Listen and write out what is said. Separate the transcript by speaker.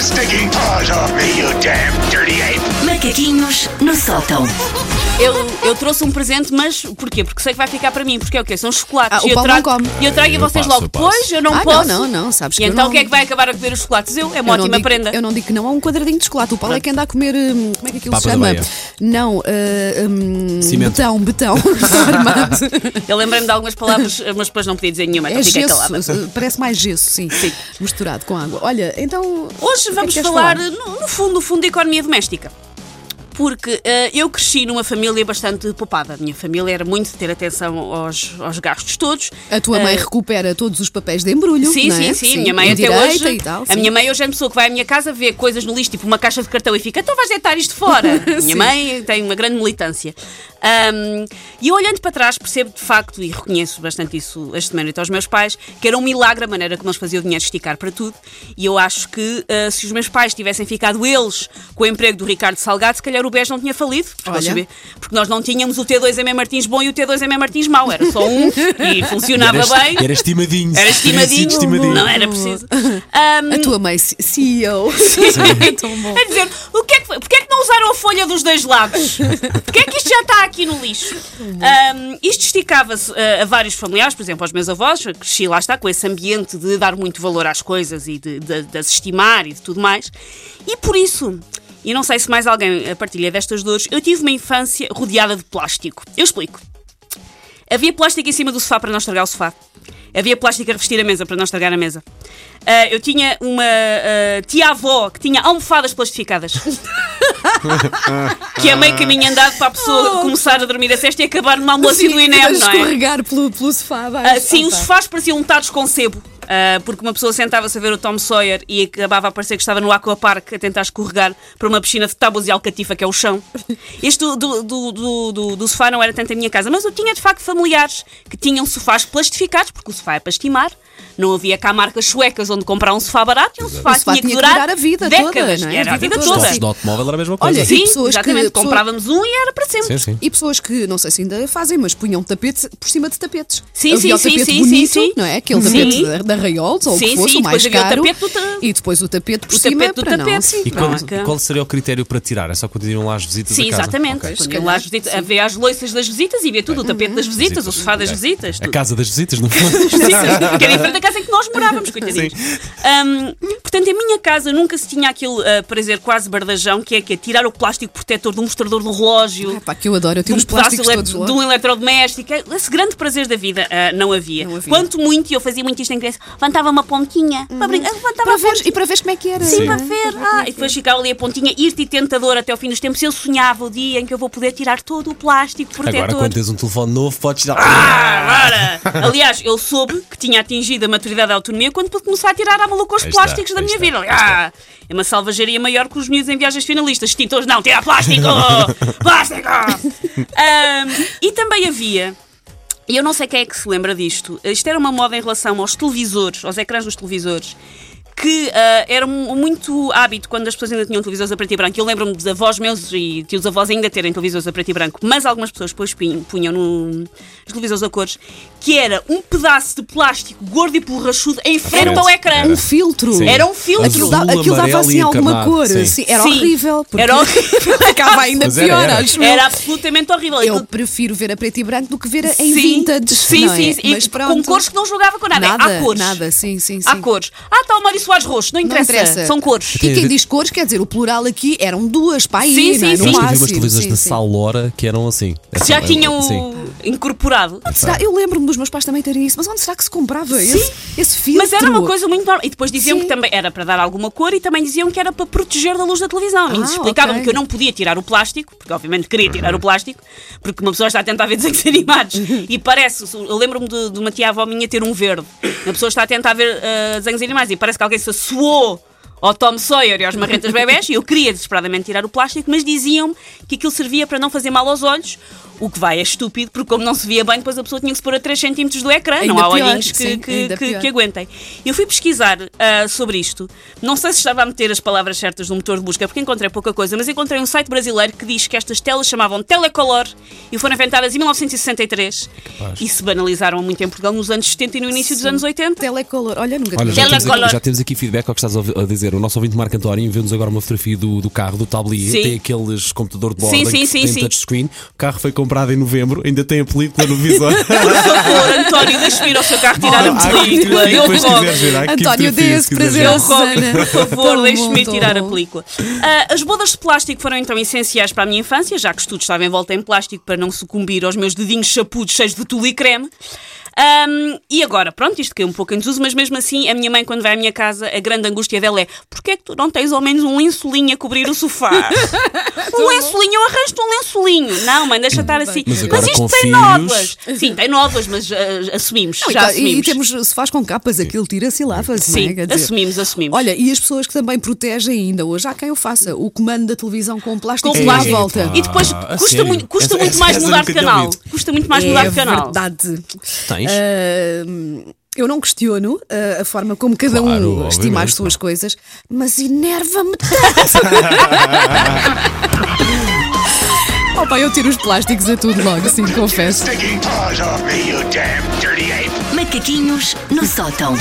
Speaker 1: sticking paws off me, you damn dirty ape!
Speaker 2: Macaquinhos no sótão.
Speaker 3: Eu, eu trouxe um presente, mas porquê? Porque sei que vai ficar para mim, porque é o quê? São chocolates.
Speaker 4: Ah, o
Speaker 3: e eu
Speaker 4: Paulo
Speaker 3: trago,
Speaker 4: não come.
Speaker 3: E eu trago e vocês
Speaker 5: passo,
Speaker 3: logo,
Speaker 5: eu passo.
Speaker 3: pois, eu não
Speaker 4: Ah, não,
Speaker 3: posso.
Speaker 4: não, não, sabes
Speaker 3: e
Speaker 4: que eu
Speaker 3: então
Speaker 4: não-
Speaker 3: quem é que vai acabar a comer os chocolates? Eu, é uma
Speaker 4: Eu não
Speaker 3: ótima
Speaker 4: digo-
Speaker 3: prenda.
Speaker 4: Eu não digo que não há um quadradinho de chocolate. O Paulo é que anda a comer. hum, Como é que aquilo
Speaker 5: Papa
Speaker 4: se
Speaker 5: da
Speaker 4: chama?
Speaker 5: Bahia.
Speaker 4: Não, ah, hum,
Speaker 5: Cimento.
Speaker 4: betão, betão. armado.
Speaker 3: Eu lembrei-me de algumas palavras, mas depois não podia dizer nenhuma, então
Speaker 4: É
Speaker 3: fiquei
Speaker 4: gesso,
Speaker 3: calada.
Speaker 4: eh, parece mais gesso, sim.
Speaker 3: Sim.
Speaker 4: Misturado com água. Olha, então. o que
Speaker 3: Hoje
Speaker 4: é que
Speaker 3: vamos
Speaker 4: queres
Speaker 3: falar, No, no fundo, no fundo, de economia doméstica. Porque eh, eu cresci numa família bastante poupada. A minha família era muito de ter atenção aos, aos gastos todos. Eh,
Speaker 4: A tua mãe recupera todos os papéis de embrulho.
Speaker 3: Sim,
Speaker 4: não é?
Speaker 3: sim, sim, A minha mãe
Speaker 4: e
Speaker 3: até
Speaker 4: direita
Speaker 3: hoje.
Speaker 4: E tal,
Speaker 3: a
Speaker 4: sim.
Speaker 3: minha mãe hoje é uma pessoa que vai à minha casa ver coisas no lixo, tipo uma caixa de cartão e fica, então vais deitar isto fora. minha mãe tem uma grande militância. Ahm, e eu olhando para trás percebo de facto, e reconheço bastante isso este mérito aos meus pais, que era um milagre a maneira como eles faziam o dinheiro esticar para tudo. E eu acho que ah, se os meus pais tivessem ficado eles com o emprego do Ricardo Salgado, se calhar o BES não tinha falido. Porque,
Speaker 4: Olha.
Speaker 3: eles sabiam- porque nós não tínhamos o T2M Martins bom e o T2M Martins mau. Era só um e funcionava
Speaker 5: era,
Speaker 3: bem.
Speaker 5: era É estimadinho.
Speaker 3: Era
Speaker 5: Tinha sido
Speaker 3: estimadinho.
Speaker 5: estimadinho.
Speaker 3: Não era preciso. Ahm,
Speaker 4: A tua mãe, C- CEO. É Tão bom.
Speaker 3: a dizer, o que é que, foi? porque é que não usaram a folha dos dois lados? Porque é que isto já está aqui no lixo? Ahm, isto esticava-se ah, a vários familiares, por exemplo, aos meus avós, eu cresci lá está com esse ambiente de dar muito valor às coisas e de, de, de as estimar e de tudo mais. E por isso, e não sei se mais alguém ah, partilha destas dores, eu tive uma infância rodeada de plástico. Eu explico. Havia plástico em cima do sofá para não estragar o sofá. Havia plástico a revestir a mesa para não estragar a mesa. Ah, eu tinha uma ah, tia-avó que tinha almofadas plastificadas. que é meio caminho andado para a pessoa começar a dormir a cesta e acabar numa ambulância do
Speaker 4: Sim,
Speaker 3: INEM, não é?
Speaker 4: escorregar pelo, pelo sofá abaixo.
Speaker 3: Ah, sim,
Speaker 4: Ah,
Speaker 3: os
Speaker 4: pá.
Speaker 3: sofás pareciam untados com sebo. ah, porque uma pessoa sentava-se a ver o Tom Sawyer e acabava a parecer que estava no aquapark a tentar escorregar para uma piscina de tábuas e alcatifa, que é o chão. Este do, do, do, do- do- do sofá não era tanto a minha casa, mas eu tinha de facto familiares que tinham sofás plastificados, porque o sofá é para estimar. Não havia cá marcas suecas onde comprar um sofá barato e um sofá,
Speaker 4: O sofá tinha que
Speaker 3: durar
Speaker 4: durar a vida toda,
Speaker 3: décadas.
Speaker 4: não é?
Speaker 3: Era a vida,
Speaker 5: Os
Speaker 3: toda.
Speaker 5: nossos do automóvel era a mesma coisa.
Speaker 4: Olha,
Speaker 3: Sim,
Speaker 4: E pessoas que-
Speaker 3: exatamente.
Speaker 4: pessoas-
Speaker 3: Comprávamos um e era para sempre.
Speaker 5: Sim, sim.
Speaker 4: E pessoas que, não sei se ainda fazem, mas punham tapete por cima de tapetes.
Speaker 3: Sim,
Speaker 4: havia
Speaker 3: sim,
Speaker 4: o tapete
Speaker 3: sim, sim,
Speaker 4: bonito,
Speaker 3: sim, sim.
Speaker 4: não é? Aquele
Speaker 3: Sim.
Speaker 4: tapete da, da Raiolos ou o
Speaker 3: Sim,
Speaker 4: que fosse,
Speaker 3: sim,
Speaker 4: o mais
Speaker 3: depois havia
Speaker 4: caro.
Speaker 3: o tapete do ta-
Speaker 4: E depois o tapete por
Speaker 3: o
Speaker 4: cima é
Speaker 3: tapete do
Speaker 4: para não.
Speaker 3: tapete.
Speaker 4: Sim.
Speaker 5: E quando-
Speaker 3: Não, é que-
Speaker 5: qual seria o critério para tirar? É só quando iriam lá as visitas
Speaker 3: Sim,
Speaker 5: a casa?
Speaker 3: exatamente.
Speaker 5: Ok.
Speaker 3: Quando
Speaker 4: calhar,
Speaker 3: iam lá as visitas, havia as loiças das visitas e via tudo, o tapete das visitas, o
Speaker 5: Uhum. Visitas,
Speaker 3: sofá das
Speaker 5: ok.
Speaker 3: visitas,
Speaker 5: A
Speaker 3: tudo.
Speaker 5: casa das visitas, não foi?
Speaker 3: Sim, sim, que era em frente da casa em que nós morávamos, coitadinhos. Hum, portanto, em minha casa nunca se tinha aquele ah, prazer quase bardajão que é, que é tirar o plástico protetor do mostrador do relógio.
Speaker 4: Ah, pá, que eu adoro, eu
Speaker 3: de
Speaker 4: tiro
Speaker 3: um
Speaker 4: os
Speaker 3: pedaço
Speaker 4: plásticos
Speaker 3: ele-
Speaker 4: todos lá.
Speaker 3: de um eletrodoméstico, É, esse grande prazer da vida ah, não, havia.
Speaker 4: Não havia. Uhum.
Speaker 3: Quanto muito, e eu fazia muito isto em criança, levantava uma pontinha, para brincar, levantava
Speaker 4: Para
Speaker 3: a
Speaker 4: ver, e para ver como é que era.
Speaker 3: Sim,
Speaker 4: não
Speaker 3: para
Speaker 4: é?
Speaker 3: ver. Ah, e depois ficava ali a pontinha irte e tentador até ao fim dos tempos. Eu sonhava o dia em que eu vou poder tirar todo o plástico protetor.
Speaker 5: Agora, quando tens um telefone novo, podes tirar.
Speaker 3: Ah, agora! Aliás, eu soube que tinha atingido a maturidade da autonomia quando pude começar a tirar à maluca os
Speaker 5: Aí está,
Speaker 3: plásticos da
Speaker 5: aí
Speaker 3: minha
Speaker 5: está,
Speaker 3: vida.
Speaker 5: aí
Speaker 3: Ah, é uma salvajaria maior que os miúdos em viagens finalistas. Tintores, não, tirar plástico! plástico! Ahm, e também havia. E eu não sei quem é que se lembra disto. Isto era uma moda em relação aos televisores, aos ecrãs dos televisores, que ah, era mu- muito hábito quando as pessoas ainda tinham televisores a preto e branco. Eu lembro-me dos avós meus e tios avós ainda terem televisores a preto e branco, mas algumas pessoas depois pin- punham no, os televisores a cores, que era um pedaço de plástico gordo e borrachudo em frente ao ecrã.
Speaker 4: Um filtro.
Speaker 5: Sim.
Speaker 3: Era um É filtro.
Speaker 4: Aquilo, dá-
Speaker 5: Azul,
Speaker 4: aquilo dava
Speaker 5: amarelo
Speaker 4: assim
Speaker 5: e
Speaker 4: alguma
Speaker 5: encarnado,
Speaker 4: cor.
Speaker 5: sim.
Speaker 4: Sim, era
Speaker 3: Sim.
Speaker 4: horrível. porque
Speaker 3: Era horrível.
Speaker 4: Ficava ainda
Speaker 5: Mas era,
Speaker 4: pior,
Speaker 5: era.
Speaker 4: acho eu.
Speaker 3: Era absolutamente horrível.
Speaker 4: Eu
Speaker 3: Aquilo-
Speaker 4: prefiro ver a preto e branco do que ver a
Speaker 3: Sim,
Speaker 4: em vintage.
Speaker 3: Sim,
Speaker 4: não é?
Speaker 3: sim, sim.
Speaker 4: Mas
Speaker 3: E com
Speaker 4: pronto.
Speaker 3: cores que não jogava com nada.
Speaker 4: Nada,
Speaker 3: Há cores.
Speaker 4: nada, sim, sim, sim.
Speaker 3: Há cores. Ah, está o Mário Soares roxo. Não interessa. São cores.
Speaker 4: E quem
Speaker 5: Tem-
Speaker 4: diz cores, quer dizer, o plural aqui eram duas, pá, aí,
Speaker 3: Sim,
Speaker 4: não é?
Speaker 3: sim,
Speaker 4: No
Speaker 3: um sim.
Speaker 5: Nós
Speaker 4: máximo,
Speaker 5: tivemos televisões
Speaker 4: sim,
Speaker 5: na
Speaker 4: sim.
Speaker 5: Salora que eram assim. Assim,
Speaker 3: Já
Speaker 5: eu-
Speaker 3: tinham
Speaker 5: Sim.
Speaker 3: incorporado.
Speaker 4: Será- eu lembro-me dos meus pais também terem isso, mas onde será que se comprava esse, esse filtro?
Speaker 3: Mas era uma coisa muito normal. E depois diziam
Speaker 4: Sim.
Speaker 3: que também era para dar alguma cor e também diziam que era para proteger da luz da televisão. E
Speaker 4: Ah,
Speaker 3: explicavam-me
Speaker 4: ok.
Speaker 3: que eu não podia tirar o plástico, porque obviamente queria tirar o plástico, porque uma pessoa está a tentar ver desenhos animados. E parece, eu lembro-me de, de uma tia-avó minha ter um verde. Uma pessoa está a tentar ver ah, desenhos animados e parece que alguém se assoou ao Tom Sawyer e aos marretas bebés. E eu queria desesperadamente tirar o plástico, mas diziam-me que aquilo servia para não fazer mal aos olhos. O que vai é estúpido, porque como não se via bem, depois a pessoa tinha que se pôr a 3 centímetros do ecrã. não
Speaker 4: Ainda
Speaker 3: há
Speaker 4: pior,
Speaker 3: olhinhos que,
Speaker 4: sim,
Speaker 3: que-
Speaker 4: ainda
Speaker 3: que-
Speaker 4: pior.
Speaker 3: que aguentem. Eu fui pesquisar ah, sobre isto. Não sei se estava a meter as palavras certas no motor de busca, porque encontrei pouca coisa, mas encontrei um site brasileiro que diz que estas telas chamavam telecolor e foram inventadas em 1963 e se banalizaram muito em Portugal nos anos 70 e no início dos anos 80.
Speaker 4: Telecolor. Olha, nunca
Speaker 5: Olha,
Speaker 4: tinha
Speaker 5: já temos,
Speaker 3: Telecolor.
Speaker 5: aqui, já temos aqui feedback ao que estás a ouvir- a dizer. o nosso ouvinte Marco António enviou-nos agora uma fotografia do, do carro, do tablier.
Speaker 3: Sim.
Speaker 5: Tem aqueles computador de borda
Speaker 3: Sim,
Speaker 5: que
Speaker 3: sim, sim,
Speaker 5: tem
Speaker 3: sim.
Speaker 5: touchscreen. O carro foi comprado em novembro, ainda tem a película no visor.
Speaker 3: Por favor, António, deixe-me ir ao seu carro tirar a
Speaker 5: Há
Speaker 3: película.
Speaker 5: aqui fotografia,
Speaker 3: Eu
Speaker 5: depois
Speaker 3: rogo.
Speaker 5: quiseres ver, há aqui
Speaker 4: António,
Speaker 5: fotografia,
Speaker 4: dê esse
Speaker 5: se quiseres
Speaker 4: prazer
Speaker 5: ver.
Speaker 4: ao
Speaker 3: Eu rogo,
Speaker 4: Susana.
Speaker 3: por favor,
Speaker 4: Pelo
Speaker 3: deixe-me
Speaker 4: mundo.
Speaker 3: tirar a película. Ah, as bodas de plástico foram então essenciais para a minha infância, já que os tudo estava envolto em plástico para não sucumbir aos meus dedinhos chapudos cheios de tule e creme. Ahm, e agora, pronto, isto caiu um pouco em desuso, mas mesmo assim, a minha mãe, quando vai à minha casa, a grande angústia dela é: porquê é que tu não tens ao menos um lençolinho a cobrir o sofá? um lençolinho, eu arranjo-te um lençolinho. Não, mãe, deixa estar assim.
Speaker 5: Mas agora
Speaker 3: isto
Speaker 5: com
Speaker 3: tem
Speaker 5: fios-
Speaker 3: nódoas. Sim, tem nódoas, mas ah, assumimos.
Speaker 4: Não, e
Speaker 3: já
Speaker 4: tá- e,
Speaker 3: assumimos.
Speaker 4: temos, se faz com capas, aquilo tira-se e lava-se. não é?
Speaker 3: Sim,
Speaker 4: Quer dizer,
Speaker 3: assumimos, assumimos.
Speaker 4: Olha, e as pessoas que também protegem ainda hoje, há quem o faça, o comando da televisão com plástico
Speaker 3: Com
Speaker 4: à
Speaker 3: plástico.
Speaker 4: volta.
Speaker 5: Ah,
Speaker 3: E depois
Speaker 5: a
Speaker 3: custa,
Speaker 5: sério?
Speaker 3: muito, custa
Speaker 5: Essa-
Speaker 3: muito
Speaker 5: essa-
Speaker 3: mais
Speaker 5: essa é um
Speaker 3: mudar
Speaker 5: nunca
Speaker 3: de
Speaker 5: tinha
Speaker 3: canal.
Speaker 5: ouvido.
Speaker 3: Custa muito mais mudar de canal.
Speaker 4: É verdade. Ah,
Speaker 5: Tens?
Speaker 4: eu não questiono ah, a forma como cada
Speaker 5: Claro,
Speaker 4: um estima
Speaker 5: obviamente,
Speaker 4: as suas
Speaker 5: não.
Speaker 4: coisas, mas enerva-me tanto. Opa, eu tiro os plásticos a tudo logo, assim, confesso.
Speaker 1: Sticking paws off me, you damn dirty ape!
Speaker 2: Macaquinhos no sótão.